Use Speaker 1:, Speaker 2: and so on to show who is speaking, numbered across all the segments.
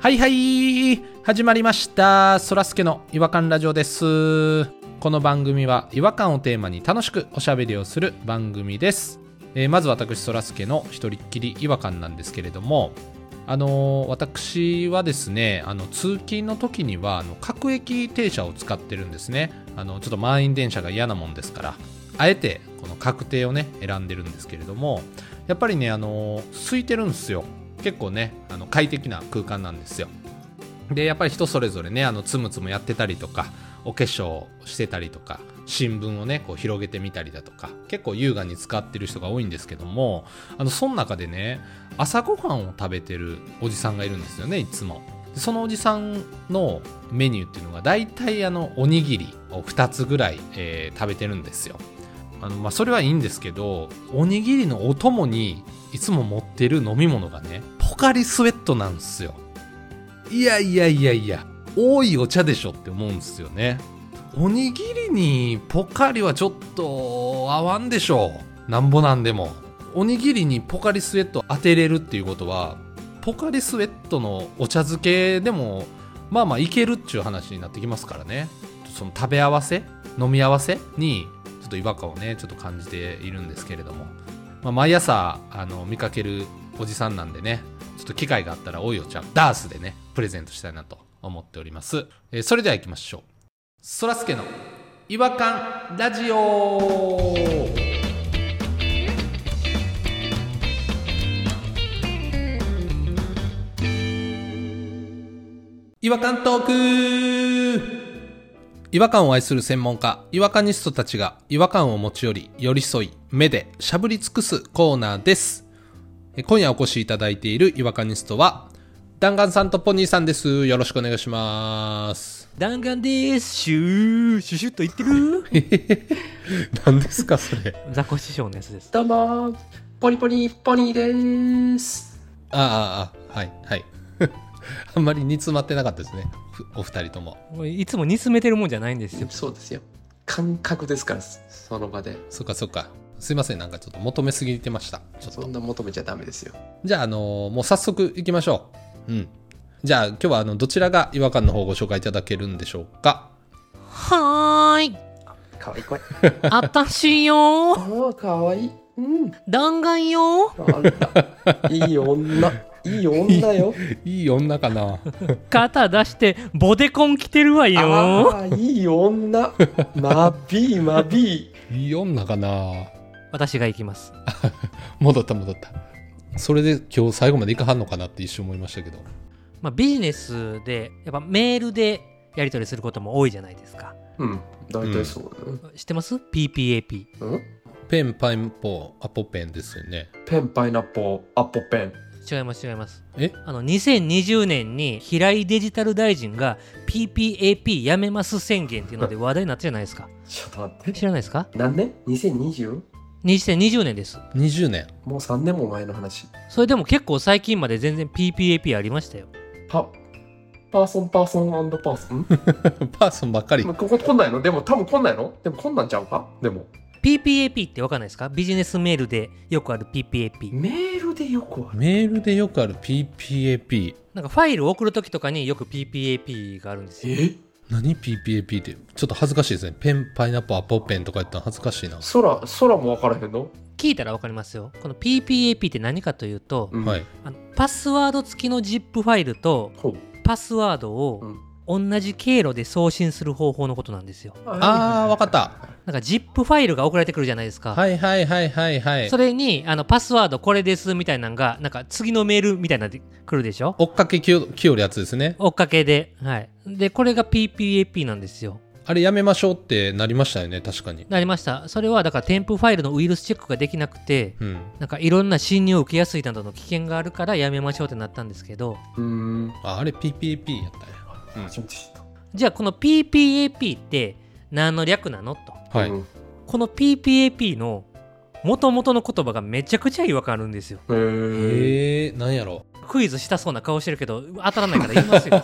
Speaker 1: はいはい始まりましたそらすけの違和感ラジオですこの番組は違和感をテーマに楽しくおしゃべりをする番組です、えーまず私そらすけの一人っきり違和感なんですけれどもあのー私はですねあの通勤の時にはあの各駅停車を使ってるんですねあのちょっと満員電車が嫌なもんですからあえてこの確定をね選んでるんですけれどもやっぱりねあの空いてるんですよ結構ねあの快適な空間なんですよでやっぱり人それぞれねあのつむつむやってたりとかお化粧してたりとか新聞をねこう広げてみたりだとか結構優雅に使ってる人が多いんですけどもあのその中でね朝ごはんを食べてるおじさんがいるんですよねいつもでそのおじさんのメニューっていうのが大体あのおにぎりを2つぐらい、えー食べてるんですよあのまあそれはいいんですけどおにぎりのお供にいつも持ってる飲み物がねポカリスエットなんですよいやいやいやいや多いお茶でしょって思うんですよねおにぎりにポカリはちょっと合わんでしょうなんぼなんでもおにぎりにポカリスエット当てれるっていうことはポカリスエットのお茶漬けでもまあまあいけるっちゅう話になってきますからねその食べ合わせ飲み合わせにちょっと違和感をねちょっと感じているんですけれども、まあ、毎朝あの見かけるおじさんなんでねちょっと機会があったらおいお茶ダースでねプレゼントしたいなと思っております、えーそれでは行きましょうそらすけの違和感ラジオ違和感トーク違和感を愛する専門家違和感ニストたちが違和感を持ち寄り寄り添い目でしゃぶり尽くすコーナーですえ今夜お越しいただいている違和感ニストは弾丸さんとポニーさんですよろしくお願いします
Speaker 2: 弾丸でーすシューシュシュッと言ってる
Speaker 1: 何ですかそれ
Speaker 2: ザコ師匠のやつです
Speaker 3: どうもー、ポニポニポニーでーす。
Speaker 1: ああああはいはい あんまり煮詰まってなかったですねふお二人とも
Speaker 2: もういつも煮詰めてるもんじゃないんですよ
Speaker 3: そうですよ。感覚ですから、その場で。
Speaker 1: そっかそっかすいませんなんかちょっと求めすぎてましたちょっ
Speaker 3: そ
Speaker 1: と
Speaker 3: んな求めちゃダメですよ。
Speaker 1: じゃああのーもう早速行きましょううんじゃあ今日はあのどちらが違和感の方をご紹介いただけるんでしょうか
Speaker 4: はーい。
Speaker 3: かわいい声。
Speaker 4: あたしよー。
Speaker 3: ああ、かわいい。うん。
Speaker 4: 弾丸よー。
Speaker 3: あんた、 いい女。いい女よ。
Speaker 1: いい女かな
Speaker 4: 肩出して、ボデコン着てるわよー。
Speaker 3: ああ、いい女。まびい、まびい。
Speaker 1: いい女かな
Speaker 2: 私が行きます
Speaker 1: 戻った戻ったそれで今日最後までいかはんのかなって一瞬思いましたけど
Speaker 2: まあビジネスでやっぱメールでやり取りすることも多いじゃないですか
Speaker 3: うん、大体そう。
Speaker 2: 知ってます ?PPAP
Speaker 3: うん、
Speaker 1: ペンパインポーアポペンですよね
Speaker 3: ペンパイナッポー、アポペン。
Speaker 2: 違います違います
Speaker 1: え
Speaker 2: あの2020年に平井デジタル大臣が PPAP やめます宣言っていうので話題になったじゃないですか
Speaker 3: ちょっと待って。
Speaker 2: 知らないですか
Speaker 3: 何年 ?2020?
Speaker 2: 2020年です
Speaker 1: 20年
Speaker 3: もう3年も前の話。
Speaker 2: それでも結構最近まで全然 PPAP ありましたよ
Speaker 3: パ、パーソン、パーソンパーソン。
Speaker 1: パーソンばっかり
Speaker 3: まあここ来んないのでも多分来んないのでもこんなんちゃうかでも
Speaker 2: PPAP ってわかんないですかビジネスメールでよくある PPAP
Speaker 3: メールでよくある
Speaker 1: メールでよくある PPAP
Speaker 2: なんかファイル送るときとかによく PPAP があるんですよ
Speaker 3: え
Speaker 1: 何 PPAP ってちょっと恥ずかしいですねペンパイナップルアポペンとか言ったら恥ずかしいな、
Speaker 3: 空空も分からへんの、
Speaker 2: 聞いたらわかりますよこの PPAP って何かというと
Speaker 3: うん、
Speaker 1: はい
Speaker 2: あのパスワード付きの ZIP ファイルと
Speaker 3: ほう
Speaker 2: パスワードを同じ経路で送信する方法のことなんですよ
Speaker 1: あーわかった
Speaker 2: なんか ZIP ファイルが送られてくるじゃないですか、
Speaker 1: はいはいはいはいはい
Speaker 2: それにあのパスワードこれですみたいなのがなんか次のメールみたいなので来るでしょ
Speaker 1: 追っかけきよきよるやつですね
Speaker 2: 追っかけではいでこれが PPAP なんですよ
Speaker 1: あれやめましょうってなりましたよね確かに
Speaker 2: なりましたそれはだから添付ファイルのウイルスチェックができなくて
Speaker 1: うん
Speaker 2: なんかいろんな侵入を受けやすいなどの危険があるからやめましょうってなったんですけど
Speaker 3: うーん
Speaker 1: ああれ PPAP やったんや
Speaker 3: 初めて知っ
Speaker 2: じゃあこの PPAP って何の略なのと
Speaker 3: た
Speaker 1: はい、
Speaker 3: うんへ
Speaker 2: この PPAP の元々の言葉がめちゃくちゃ違和感あるんですよ
Speaker 3: え
Speaker 1: えー、なんやろ
Speaker 2: クイズしたそうな顔してるけど当たらないから言いますよ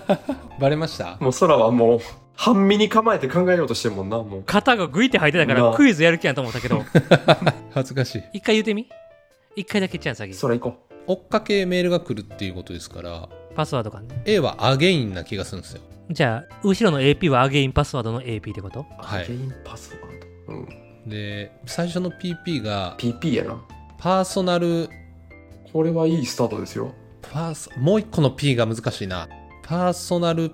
Speaker 1: バレました
Speaker 3: もう空はもう半身に構えて考えようとしてるもんなもう
Speaker 2: 肩がグイって入ってたか
Speaker 3: な
Speaker 2: ら
Speaker 3: あ
Speaker 2: クイズやる気やんと思ったけど
Speaker 1: 恥ずかしい
Speaker 2: 一回言うてみ一回だけチャンスあげる
Speaker 3: 空行こ
Speaker 1: 追っかけメールが来るっていうことですから
Speaker 2: パスワードがね
Speaker 1: A はアゲインな気がするんですよ。
Speaker 2: じゃあ後ろの AP はアゲインパスワードの AP ってこと
Speaker 1: はい
Speaker 3: アゲインパスワード。うん。
Speaker 1: で、最初の PP が
Speaker 3: PP やな。
Speaker 1: パーソナル、
Speaker 3: これはいいスタートですよ。
Speaker 1: パーソ、もう一個の P が難しいな。パーソナル、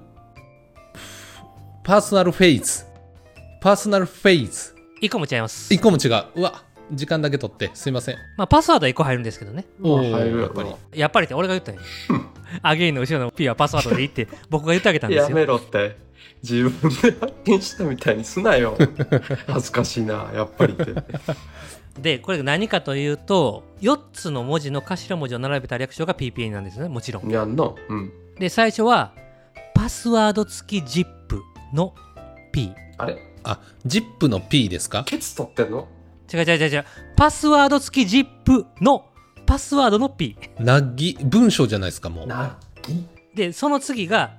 Speaker 1: パーソナルフェイズ。パーソナルフェイズ。
Speaker 2: 1個も違います
Speaker 1: 一、個も違う。うわ、時間だけ取って、すいません。
Speaker 2: まあ、パスワードは1個入るんですけどね
Speaker 1: おー
Speaker 3: まあ入る
Speaker 1: やっぱり
Speaker 3: ろ
Speaker 2: やっぱりって俺が言ったんやアゲインの後ろの P はパスワードでいいって僕が言ってあげたんで
Speaker 3: や
Speaker 2: すよ
Speaker 3: めろって。自分で発見したみたいにすなよ。恥ずかしいな、やっぱりって。
Speaker 2: でこれが何かというと4つの文字の頭文字を並べた略称が PPA なんですねもちろん
Speaker 3: やんの。うん。
Speaker 2: で最初はパスワード付き ZIP の P
Speaker 3: あれ
Speaker 1: あ、ZIP の P ですか
Speaker 3: ケツ取ってんの
Speaker 2: 違う違う違う違うパスワード付き ZIP のパスワードの P
Speaker 1: なぎ、文章じゃないですか、もう。
Speaker 3: なぎ
Speaker 2: でその次が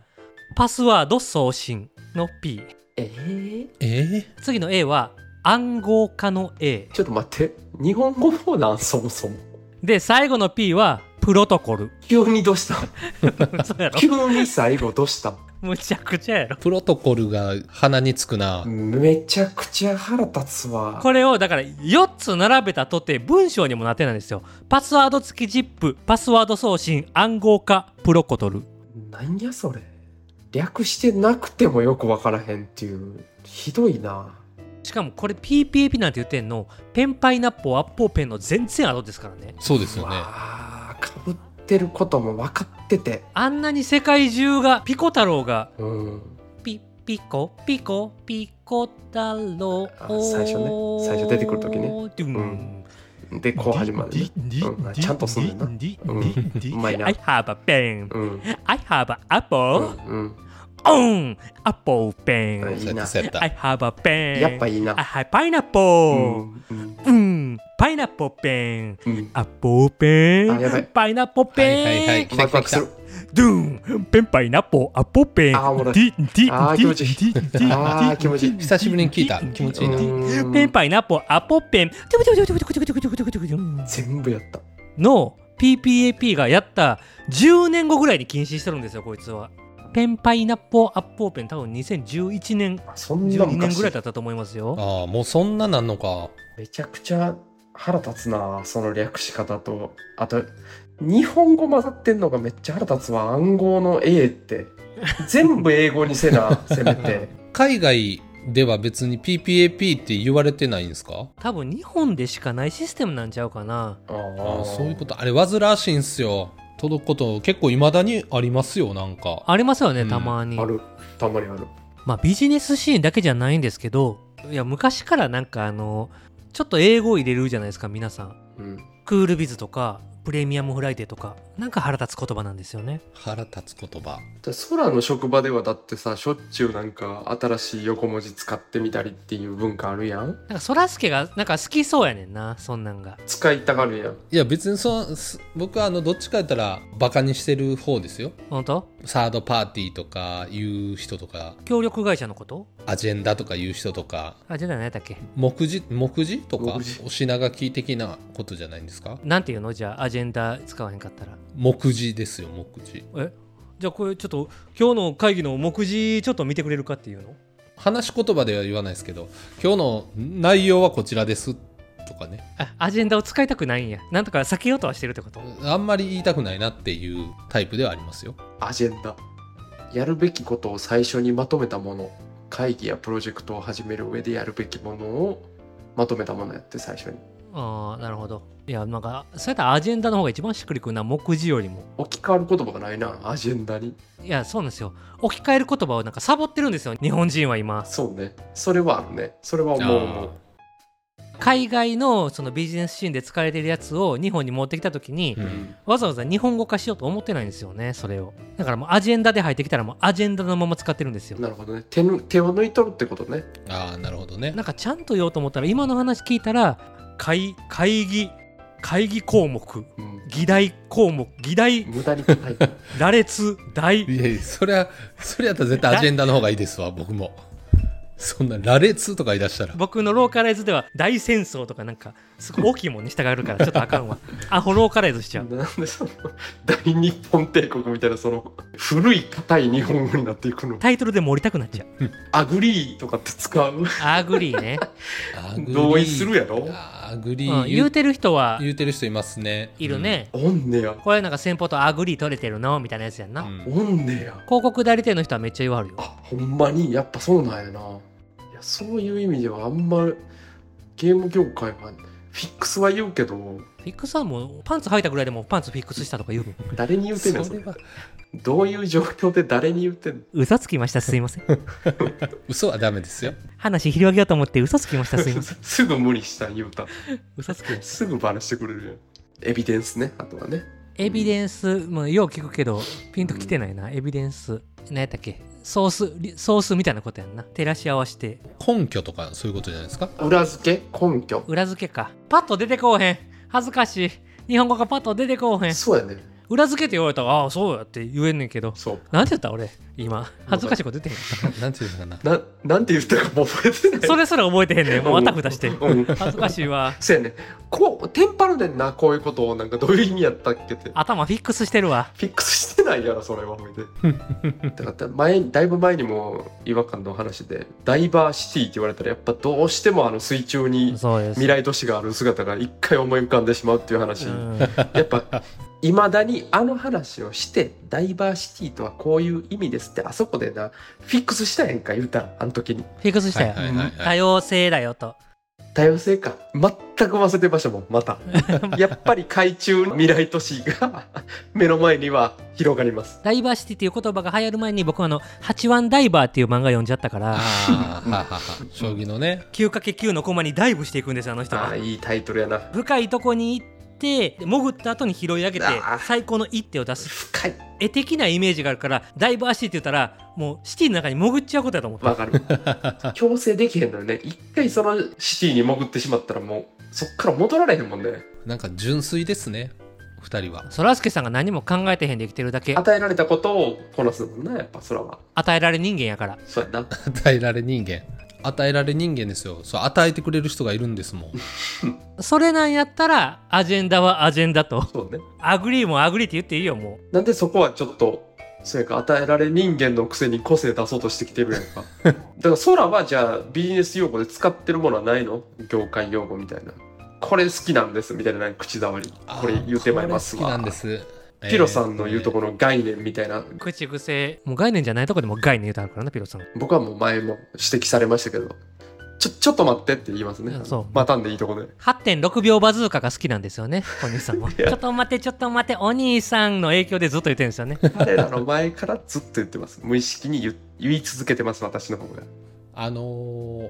Speaker 2: パスワード送信の P
Speaker 3: えー、
Speaker 1: えー、
Speaker 2: 次の A は暗号化の A
Speaker 3: ちょっと待って。日本語もなん、そもそも。
Speaker 2: で最後の P はプロトコ ル
Speaker 3: 急にどうしたん
Speaker 2: そうやろ
Speaker 3: 急に最後どうしたん
Speaker 2: むちゃくちゃやろ
Speaker 1: プロトコルが鼻につくな。
Speaker 3: めちゃくちゃ腹立つわ。
Speaker 2: これをだから4つ並べたとて文章にもなってないんですよパスワード付き ZIP パスワード送信暗号化プロコトル
Speaker 3: なんやそれ略してなくてもよくわからへんっていうひどいな
Speaker 2: しかもこれ PPAP なんて言ってんのペンパイナッポーアッポーペンの全然後ですからね
Speaker 1: そうですよね。
Speaker 3: わあかぶってることも分かってて
Speaker 2: あんなに世界中がピコ太郎が
Speaker 3: うん
Speaker 2: ピピコピコピコ太郎
Speaker 3: あ最初ね最初出てくる時ね
Speaker 2: ドゥン
Speaker 3: うんでこう始まるねうんちゃんとすんねんなうんうまいな
Speaker 2: I have a pen
Speaker 3: うん、
Speaker 2: I have an
Speaker 3: う
Speaker 2: apple
Speaker 3: ん
Speaker 2: on apple pen
Speaker 1: そうやった、そうやった。
Speaker 2: I have a
Speaker 3: う
Speaker 2: pen
Speaker 3: ん、やっぱいいな
Speaker 2: I have
Speaker 3: う
Speaker 2: pineapple
Speaker 3: んうん
Speaker 2: うんパイナッポーペン
Speaker 3: うん
Speaker 2: アッポーペ
Speaker 3: あやばい
Speaker 2: ンパイナッポーペン
Speaker 1: はいはいはい
Speaker 3: ワクワクする
Speaker 2: ドゥンペンパイナッポーアッポーペン
Speaker 3: あーおもろい
Speaker 2: ディディ
Speaker 3: あー気持ちいい
Speaker 2: ディディ
Speaker 3: あー
Speaker 2: ディ
Speaker 3: 気持ちいい
Speaker 1: 久しぶりに聞いた気持ちいいな
Speaker 3: うん
Speaker 2: ペンパイナッポーアッポーペン
Speaker 3: 全部やった
Speaker 2: の PPAP がやった10年後ぐらいに禁止してるんですよこいつはペンパイナッポーアッポーペン多分2011年
Speaker 3: あそんな
Speaker 2: 12年
Speaker 3: 昔
Speaker 2: ぐらいだったと思いますよ
Speaker 1: ああ、もうそんななんのか。
Speaker 3: めちゃくちゃ腹立つなその略し方とあと日本語混ざってんのがめっちゃ腹立つわ暗号の A って全部英語にせなせめて
Speaker 1: 海外では別に PPAP って言われてないんですか
Speaker 2: 多分日本でしかないシステムなんちゃうかな
Speaker 3: あ
Speaker 1: ああ、
Speaker 3: ー
Speaker 1: そういうこと。あれ、煩わしいんすよ。届くこと結構未だにありますよ、なんか。
Speaker 2: ありますよね
Speaker 1: うん
Speaker 2: たまに、
Speaker 3: あるたまにある
Speaker 2: まあビジネスシーンだけじゃないんですけどいや昔からなんかあのちょっと英語を入れるじゃないですか皆さん
Speaker 3: うん
Speaker 2: クールビズとかプレミアムフライデーとかなんか腹立つ言葉なんですよね
Speaker 1: 腹立つ言葉。
Speaker 3: だ空の職場ではだってさしょっちゅうなんか新しい横文字使ってみたりっていう文化あるやん
Speaker 2: なんかそらすけがなんか好きそうやねんなそんなんが
Speaker 3: 使いたがるやん
Speaker 1: いや、別にそう、す僕はあの、どっちかやったら、バカにしてる方ですよ。
Speaker 2: 本当
Speaker 1: サードパーティーとかいう人とか、
Speaker 2: 協力会社のこと
Speaker 1: アジェンダとかいう人とか、
Speaker 2: あじゃあ何やったっけ
Speaker 1: 目次、目次とか
Speaker 3: 目次、
Speaker 1: お品書き的なことじゃないんですか
Speaker 2: なんていうのじゃあアジェンダ使わへんかったら
Speaker 1: 目次ですよ、目次。
Speaker 2: えじゃあこれちょっと今日の会議の目次ちょっと見てくれるかっていうの
Speaker 1: 話し言葉では言わないですけど、今日の内容はこちらですとかね、
Speaker 2: あアジェンダを使いたくないんやなんとか避けようとはしてるってこと
Speaker 1: あんまり言いたくないなっていうタイプではありますよ。
Speaker 3: アジェンダやるべきことを最初にまとめたもの会議やプロジェクトを始める上でやるべきものをまとめたものやって最初に
Speaker 2: ああなるほどいやなんかそうやったらアジェンダの方が一番しっくりくるな目次よりも
Speaker 3: 置き換わる言葉がないなアジェンダに
Speaker 2: いやそうなんですよ置き換える言葉をなんかサボってるんですよ日本人は今
Speaker 3: そうねそれはあるねそれは思う思う
Speaker 2: 海外のそのビジネスシーンで使われてるやつを日本に持ってきた時に、
Speaker 1: あー
Speaker 3: ん
Speaker 2: わざわざ日本語化しようと思ってないんですよねそれをだからもうアジェンダで入ってきたらもうアジェンダのまま使ってるんですよ
Speaker 3: なるほどね手ぬ手を抜いとるってことね
Speaker 1: あー、なるほどね。
Speaker 2: なんかちゃんと言おうと思ったら今の話聞いたら会会議会議項目
Speaker 3: うん
Speaker 2: 議題項目議題
Speaker 3: 無駄に叩いて
Speaker 2: 羅列題
Speaker 1: いやいや、そりゃ、それやったら絶対アジェンダの方がいいですわ、僕も。そんな羅列とか言い出したら
Speaker 2: 僕のローカライズでは大戦争とかなんかすごい大きいもんに従えるからちょっとあか んわアホローカライズしちゃう
Speaker 3: なんでその大日本帝国みたいなその古い硬い日本語になっていくの
Speaker 2: タイトルで盛りたくなっちゃう
Speaker 3: アグリーとかって使う
Speaker 2: アグリーね、
Speaker 1: アグリー
Speaker 3: 同意するやろ
Speaker 1: アグリ
Speaker 2: う
Speaker 1: ー
Speaker 2: ん、言うてる人は
Speaker 1: 言うてる人いますね
Speaker 2: いるね、
Speaker 3: おんねや
Speaker 2: これなんか先方とアグリー取れてるのみたいなやつやん
Speaker 1: う
Speaker 2: な、
Speaker 1: んうん
Speaker 3: おんねや
Speaker 2: 広告代理店の人はめっちゃ言わはるよ
Speaker 3: あほんまにやっぱそうなんやないやそういう意味ではあんまゲーム業界はフィックスは言うけど
Speaker 2: フィックスはもうパンツ履いたぐらいでもうパンツフィックスしたとか言うもん
Speaker 3: 誰に言うてんねんそ
Speaker 1: そ
Speaker 3: れ
Speaker 1: れは
Speaker 3: どういう状況で誰に言ってんの
Speaker 2: 嘘つきましたすいません
Speaker 1: 嘘はダメですよ
Speaker 2: 話広げようと思って嘘つきましたすいません
Speaker 3: すぐ無理したん言うた
Speaker 2: 嘘つき
Speaker 3: すぐバラしてくれるやんエビデンスねあとはね
Speaker 2: エビデンス、まあ、よう聞くけど、ピンときてないな。エビデンス、何やったっけソースリ、ソースみたいなことやんな。照らし合わせて。
Speaker 1: 根拠とかそういうことじゃないですか
Speaker 3: 裏付け根拠
Speaker 2: 裏付けか。パッと出てこうへん。恥ずかしい。日本語がパッと出てこうへん。
Speaker 3: そうやね
Speaker 2: 裏付けって言われたら、ああ、そうやって言えんねんけど。
Speaker 3: そう
Speaker 2: なんて言った俺、今。恥ずかしいこと言ってへ
Speaker 1: ななんていうのかな
Speaker 3: ななんて言ったかもう覚えてない
Speaker 2: ん。それすら覚えてへんねん。もうあたふたして。
Speaker 3: うん
Speaker 2: 恥ずかしいわ。
Speaker 3: そうやねこうテンパるねんなこういうことをなんかどういう意味やったっけって
Speaker 2: 頭フィックスしてるわ。
Speaker 3: フィックスしてないやろそれはほいでだから前だいぶ前にも違和感の話でダイバーシティって言われたらやっぱどうしてもあの水中に
Speaker 2: そうです。
Speaker 3: 未来都市がある姿が一回思い浮かんでしまうっていう話、
Speaker 2: うん
Speaker 3: やっぱいまだにあの話をしてダイバーシティとはこういう意味ですってあそこでなフィックスしたやんか言うたらあの時に
Speaker 2: フィックスし
Speaker 1: は
Speaker 2: た
Speaker 1: いはい
Speaker 2: よ。
Speaker 1: はい
Speaker 2: 多
Speaker 1: はい
Speaker 2: 様性だよと。
Speaker 3: 多様性か全く忘れてましたもんま たやっぱり海中の未来都市が目の前には広がります
Speaker 2: ダイバーシティっていう言葉が流行る前に僕はあの「八腕ダイバー」っていう漫画読んじゃったか
Speaker 1: あ
Speaker 2: ら
Speaker 1: あははは将棋のね
Speaker 2: 9×9 の駒にダイブしていくんですよあの人
Speaker 3: あ
Speaker 2: が
Speaker 3: あいいタイトルやな
Speaker 2: 深いとこに行ってで潜った後に拾い上げて
Speaker 3: あー
Speaker 2: 最高の一手を出す
Speaker 3: 深い
Speaker 2: 絵的なイメージがあるからダイバーシティって言ったらもうシティの中に潜っちゃうことやと思った
Speaker 3: わ かる強制できへんのよね一回そのシティに潜ってしまったらもうそっから戻られへんもんね
Speaker 1: なんか純粋ですね二人は
Speaker 2: そらすけさんが何も考えてへんで生きてるだけ
Speaker 3: 与えられたことをこなすもんなやっぱ空は
Speaker 2: 与えられ人間やから
Speaker 3: そうやな
Speaker 1: 与えられ人間与えられ人間ですよそう与えてくれる人がいるんですもん
Speaker 2: それなんやったらアジェンダはアジェンダと
Speaker 3: そうね
Speaker 2: アグリーもアグリーって言っていいよもう
Speaker 3: なんでそこはちょっとそうやか与えられ人間のくせに個性出そうとしてきてるや んかだから空はじゃあビジネス用語で使ってるものはないの業界用語みたいなこれ好きなんですみたいな何口触りこれ言うてまいります
Speaker 1: あーこれ好きなんで
Speaker 3: わ
Speaker 1: す
Speaker 3: ピロさんの言うところの概念みたいな
Speaker 2: 口癖もう概念じゃないとこでも概念言うてあるからなピロさん
Speaker 3: 僕はもう前も指摘されましたけどちょちょっと待ってって言いますね
Speaker 2: そう
Speaker 3: またんでいいとこで
Speaker 2: 8.6秒バズーカが好きなんです よね、お兄さんは。ちょっと待って、ちょっと待って、お兄さんの影響でずっと言ってるんですよ ね。
Speaker 3: 彼らの前からずっと言ってます無意識に言言い続けてます私の方が
Speaker 1: あのー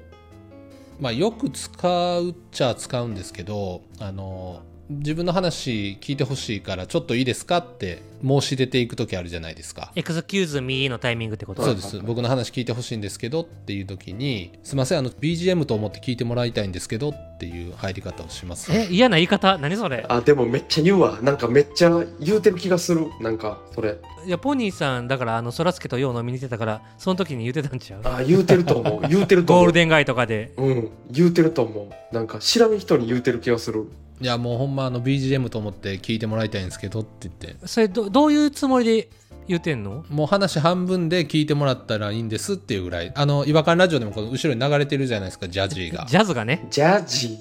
Speaker 1: まあよく使うっちゃ使うんですけどあのー自分の話聞いてほしいからちょっといいですかって申し出ていく時あるじゃないですか
Speaker 2: エクスキューズミーのタイミングってこと
Speaker 1: そうです僕の話聞いてほしいんですけどっていう時に「すいませんあの BGM と思って聞いてもらいたいんですけど」っていう入り方をします
Speaker 2: え、嫌な言い方何それ
Speaker 3: あでもめっちゃ言うわなんかめっちゃ言うてる気がするなんかそれ
Speaker 2: いや、ポニーさん、だから、あの、そらすけとよう飲みに行ってたから、その時に言ってたんちゃう
Speaker 3: あ言うてると 思う言うてると
Speaker 2: ゴー
Speaker 3: 思
Speaker 2: ル
Speaker 3: う
Speaker 2: デン街とかで。
Speaker 3: うん言うてると思うなんか知らん人に言うてる気がする
Speaker 1: いやもうほんまあの BGM と思って聞いてもらいたいんですけどって言って
Speaker 2: それど、どういうつもりで言ってんの
Speaker 1: もう話半分で聞いてもらったらいいんですっていうぐらいあの違和感ラジオでもこの後ろに流れてるじゃないですかジャジーが
Speaker 2: ジャズがね。
Speaker 3: ジャージ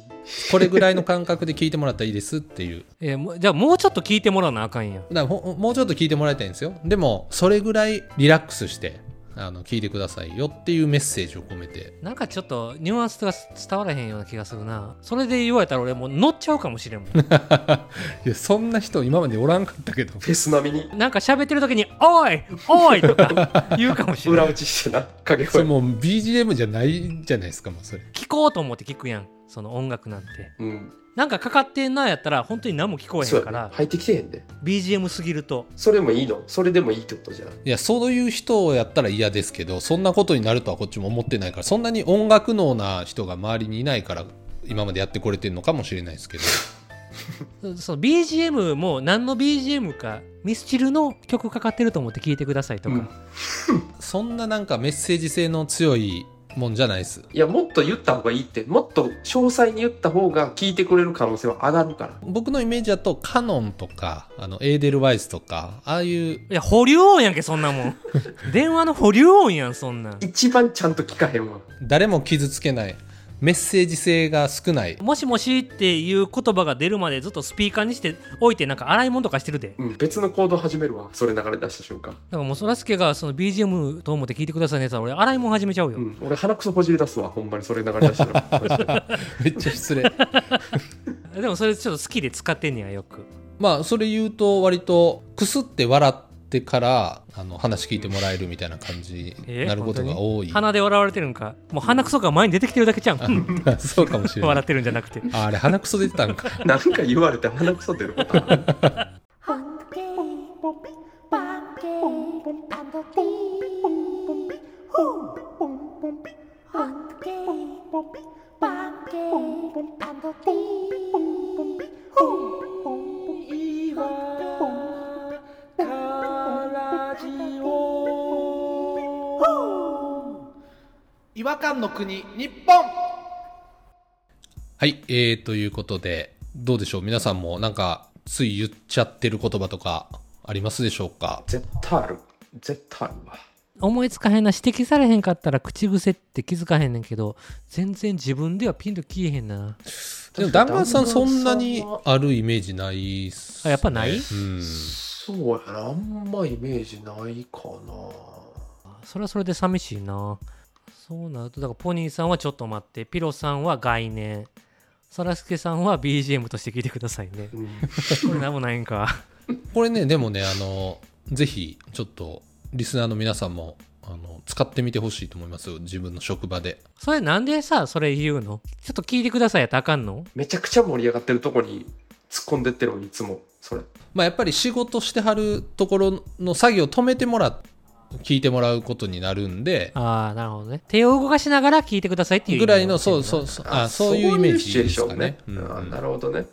Speaker 1: これぐらいの感覚で聞いてもらったらいいですっていう
Speaker 2: えもうじゃあ、もうちょっと聞いてもらわなあかん
Speaker 1: だ
Speaker 2: やん。
Speaker 1: からほもうちょっと聞いてもらいたいんですよでもそれぐらいリラックスしてあの聞いてくださいよっていうメッセージを込めて
Speaker 2: なんかちょっとニュアンスが伝わらへんような気がするな。それで言われたら俺もう乗っちゃうかもしれんもん。
Speaker 1: いやそんな人今までおらんかったけど
Speaker 3: フェス並みに
Speaker 2: なんか喋ってる時に「おいおい!」とか言うかもしれな
Speaker 3: 裏
Speaker 2: い
Speaker 3: 打ちしてな 影
Speaker 1: それ
Speaker 3: 声
Speaker 1: もう BGM じゃないじゃないですかもうそれ
Speaker 2: 聞こうと思って聞くやんその音楽なんて
Speaker 3: うん
Speaker 2: なんかかかってんなやったら本当に何も聞こえ
Speaker 3: そ
Speaker 2: へ
Speaker 3: うん
Speaker 2: か
Speaker 3: やね
Speaker 2: ら、
Speaker 3: 入ってきてへんで
Speaker 2: BGM すぎると
Speaker 3: それもいいのそれでもいいってことじゃん
Speaker 1: いやそういう人をやったら嫌ですけどそんなことになるとはこっちも思ってないからそんなに音楽脳な人が周りにいないから今までやってこれてるのかもしれないですけど
Speaker 2: そその BGM も何の BGM かミスチルの曲かかってると思って聞いてくださいとか、
Speaker 3: うん
Speaker 1: そんななんかメッセージ性の強いもんじゃないです
Speaker 3: いや、もっと言った方がいいって、もっと詳細に言った方が聞いてくれる可能性は上がるから。
Speaker 1: 僕のイメージだとカノンとかあのエーデルワイスとかああいう
Speaker 2: いや保留音やんけそんなもん 電話の保留音やんそんなん
Speaker 3: 一番ちゃんと聞かへんわ。
Speaker 1: 誰も傷つけないメッセージ性が少ない
Speaker 2: もしもしっていう言葉が出るまでずっとスピーカーにしておいてなんか洗い物とかしてるでだ
Speaker 3: うん、別の行動始めるわ。それ流れ出した瞬間。
Speaker 2: からもうそらすけがその BGM と思って聞いてくださいねやったら俺洗い物始めちゃうよ、
Speaker 3: うん、俺鼻くそほじり出すわ。ほんまにそれ流れ出した ら。マジで
Speaker 1: めっちゃ失礼
Speaker 2: でもそれちょっと好きで使ってんねやよく
Speaker 1: まあそれ言うと割とくすって笑ってからあの話聞いてもらえるみたいな感じに
Speaker 2: え
Speaker 1: なることが多い
Speaker 2: 鼻で笑われてるんかもう鼻くそが前に出てきてるだけじゃんうん
Speaker 1: あ そうかもしれな
Speaker 2: 笑
Speaker 1: い
Speaker 2: ってるんじゃなくて
Speaker 1: ああれ鼻くそ出てたんか
Speaker 3: なんか言われて鼻くそ出ることある
Speaker 5: Hunky,
Speaker 1: 違和感の国日本はいえー、ということでどうでしょう皆さんもなんかつい言っちゃってる言葉とかありますでしょうか
Speaker 3: 絶対ある。絶対あるわ。
Speaker 2: 思いつかへんな指摘されへんかったら口癖って気づかへんねんけど全然自分ではピンと消えへんな
Speaker 1: でも弾丸さん
Speaker 3: 弾
Speaker 1: そ
Speaker 3: 丸さんは
Speaker 1: んなにあるイメージないっす、ね、
Speaker 2: あやっぱない
Speaker 1: うん
Speaker 3: そうやな。あんまイメージないかな。
Speaker 2: それはそれで寂しいなそうなるとだからポニーさんはちょっと待ってピロさんは概念そらすけさんは BGM として聞いてくださいね
Speaker 3: うん
Speaker 2: これ何もないんか
Speaker 1: これねでもねあのぜひちょっとリスナーの皆さんもあの使ってみてほしいと思いますよ自分の職場で
Speaker 2: それなんでさそれ言うのちょっと聞いてくださいやったらあかんの
Speaker 3: めちゃくちゃ盛り上がってるとこに突っ込んでってるのいつもそれ
Speaker 1: まあやっぱり仕事してはるところの作業止めてもら聞いてもらうことになるんで
Speaker 2: ああなるほどね手を動かしながら聞いてくださいっていう意
Speaker 1: ぐ
Speaker 2: 味な
Speaker 1: らい
Speaker 2: んだ
Speaker 1: の
Speaker 2: よ
Speaker 1: そう
Speaker 2: な
Speaker 1: そうそうあそういうイメージですかね
Speaker 3: そういうシチュエーション
Speaker 1: うん
Speaker 3: ねあなるほどね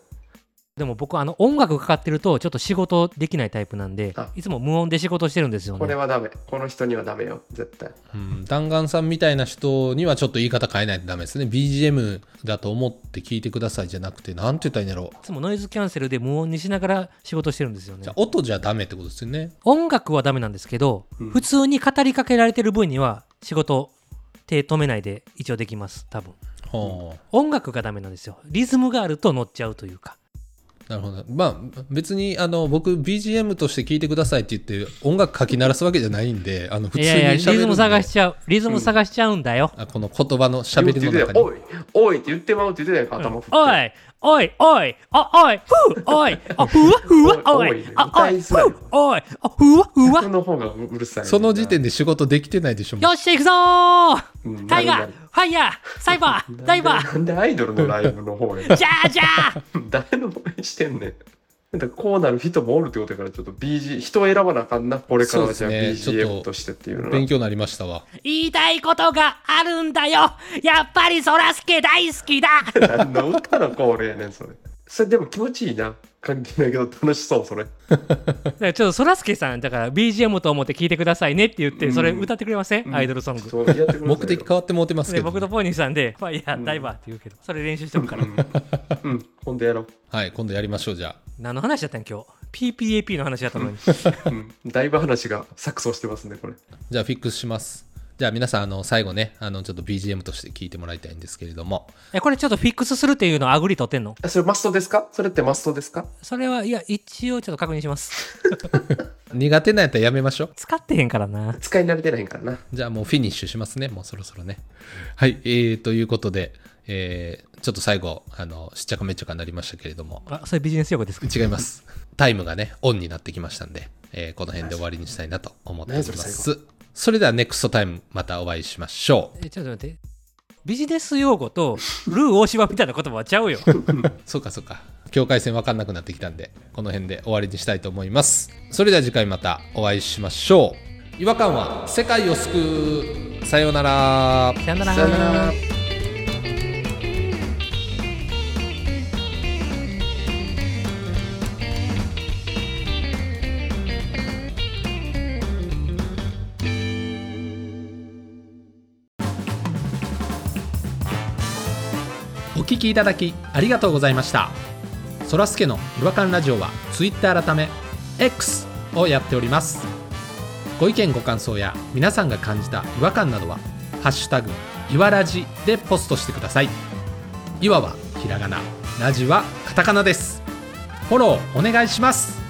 Speaker 2: でも僕あの音楽かかってるとちょっと仕事できないタイプなんで
Speaker 3: あ
Speaker 2: いつも無音で仕事してるんですよ
Speaker 3: これ
Speaker 2: ね
Speaker 3: はダメこの人にはダメよ絶対
Speaker 1: うん弾丸さんみたいな人にはちょっと言い方変えないとダメですね BGM だと思って聞いてくださいじゃなくてなんて言ったらいいんだろう
Speaker 2: いつもノイズキャンセルで無音にしながら仕事してるんですよね
Speaker 1: じゃあ音じゃダメってことですよね
Speaker 2: 音楽はダメなんですけど、
Speaker 3: うん
Speaker 2: 普通に語りかけられてる分には仕事手止めないで一応できます多分
Speaker 1: はあ
Speaker 2: 音楽がダメなんですよリズムがあると乗っちゃうというか
Speaker 1: なるほど。まあ、別に、あの、僕、BGM として聞いてくださいって言って、音楽かき鳴らすわけじゃないんで、あの、普通
Speaker 2: い
Speaker 1: に
Speaker 2: やいやリ
Speaker 1: 喋るんで。
Speaker 2: ズム探しちゃうリズム探しちゃうんだよ、
Speaker 1: あこの言葉の喋りの
Speaker 3: 言う
Speaker 1: 中に。
Speaker 3: てたよおいおいって言ってまうって言ってた
Speaker 2: う
Speaker 3: やん
Speaker 2: ん
Speaker 3: 頭振って、
Speaker 2: おいおいおいあおいふうおいあふわふわお
Speaker 3: おい
Speaker 2: いあ
Speaker 3: 歌
Speaker 2: お
Speaker 3: い
Speaker 2: いふ
Speaker 3: づらいわ
Speaker 2: うおいあふわふわ
Speaker 3: 人の方がうるさい
Speaker 1: その時点
Speaker 3: で、
Speaker 1: で仕事できてないでしょ、もう
Speaker 2: よっしゃ行くぞー
Speaker 3: うん
Speaker 2: タイ
Speaker 3: な
Speaker 2: ガー
Speaker 3: る
Speaker 2: ファイヤーサイバ
Speaker 3: なる
Speaker 2: ーダイバー
Speaker 3: なんでアイドルのライブの方や
Speaker 2: じゃあじゃあ
Speaker 3: 誰の応援してんねんだからこうなる人もおるってことやからちょっと BG 人を選ばなあかんなこれからはじゃあ
Speaker 1: そうですねちょっ
Speaker 3: BGM
Speaker 1: と
Speaker 3: としてっていうのは
Speaker 1: 勉強になりましたわ。
Speaker 2: 言いたいことがあるんだよやっぱりそらすけ大好 きだ
Speaker 3: 何の歌のコールやねんそれそれでも気持ちいいな関係ないけど楽しそうそれ
Speaker 2: だからちょっとそらすけさんだから BGM と思って聞いてくださいねって言って、
Speaker 3: うん
Speaker 2: それ歌ってくれません、アイドルソング、
Speaker 3: そうやってくださいよ
Speaker 1: 目的変わってもうてます
Speaker 2: で
Speaker 1: けど、
Speaker 2: 僕とポニーさんで「ファイヤ
Speaker 3: う
Speaker 2: ー
Speaker 3: ん
Speaker 2: ダイバー」って言うけどそれ練習しておくから、
Speaker 3: うんうんほんでやろう
Speaker 1: はい、今度やりましょう、じゃあ。
Speaker 2: 何の話だったん今日 PPAP の話だったのに
Speaker 3: うんだいぶ話が錯綜してますねこれ
Speaker 1: じゃあ、フィックスします。じゃあ、皆さん、あの、最後ね、あの、ちょっと BGM として聞いてもらいたいんですけれども、
Speaker 2: えこれちょっとフィックスするっていうのアグリ取ってんの
Speaker 3: あそれマストですかそれってマストですか
Speaker 2: それはいや一応ちょっと確認します
Speaker 1: 苦手なやったらやめましょう。
Speaker 2: 使ってへんからな
Speaker 3: 使い慣れてないんからな
Speaker 1: じゃあもうフィニッシュしますね。もうそろそろね。はい。えー、ということで、えー、ちょっと最後、あの、しっちゃかめっちゃかになりましたけれども、
Speaker 2: あそれビジネス用語ですか
Speaker 1: 違います。タイムがね、オンになってきましたんで、えーこの辺で終わりにしたいなと思っておりま
Speaker 3: 何そ
Speaker 1: す。それではネクストタイム、またお会いしましょ
Speaker 2: えちょっと待ってビジネス用語とルー大芝みたいな言葉はちゃ うよ
Speaker 1: う。そうかそうか。境界線わかんなくなってきたんで、この辺で終わりにしたいと思います。それでは次回またお会いしましょう。違和感は世界を救う。さようなら。
Speaker 2: さよなら
Speaker 3: さよなら
Speaker 1: お聞きいただきありがとうございましたそらすけの違和感ラジオは Twitter 改め X をやっておりますご意見ご感想や皆さんが感じた違和感などは「ハッシュタグいわらじ」でポストしてくださいいわはひらがなラジはカタカナですフォローお願いします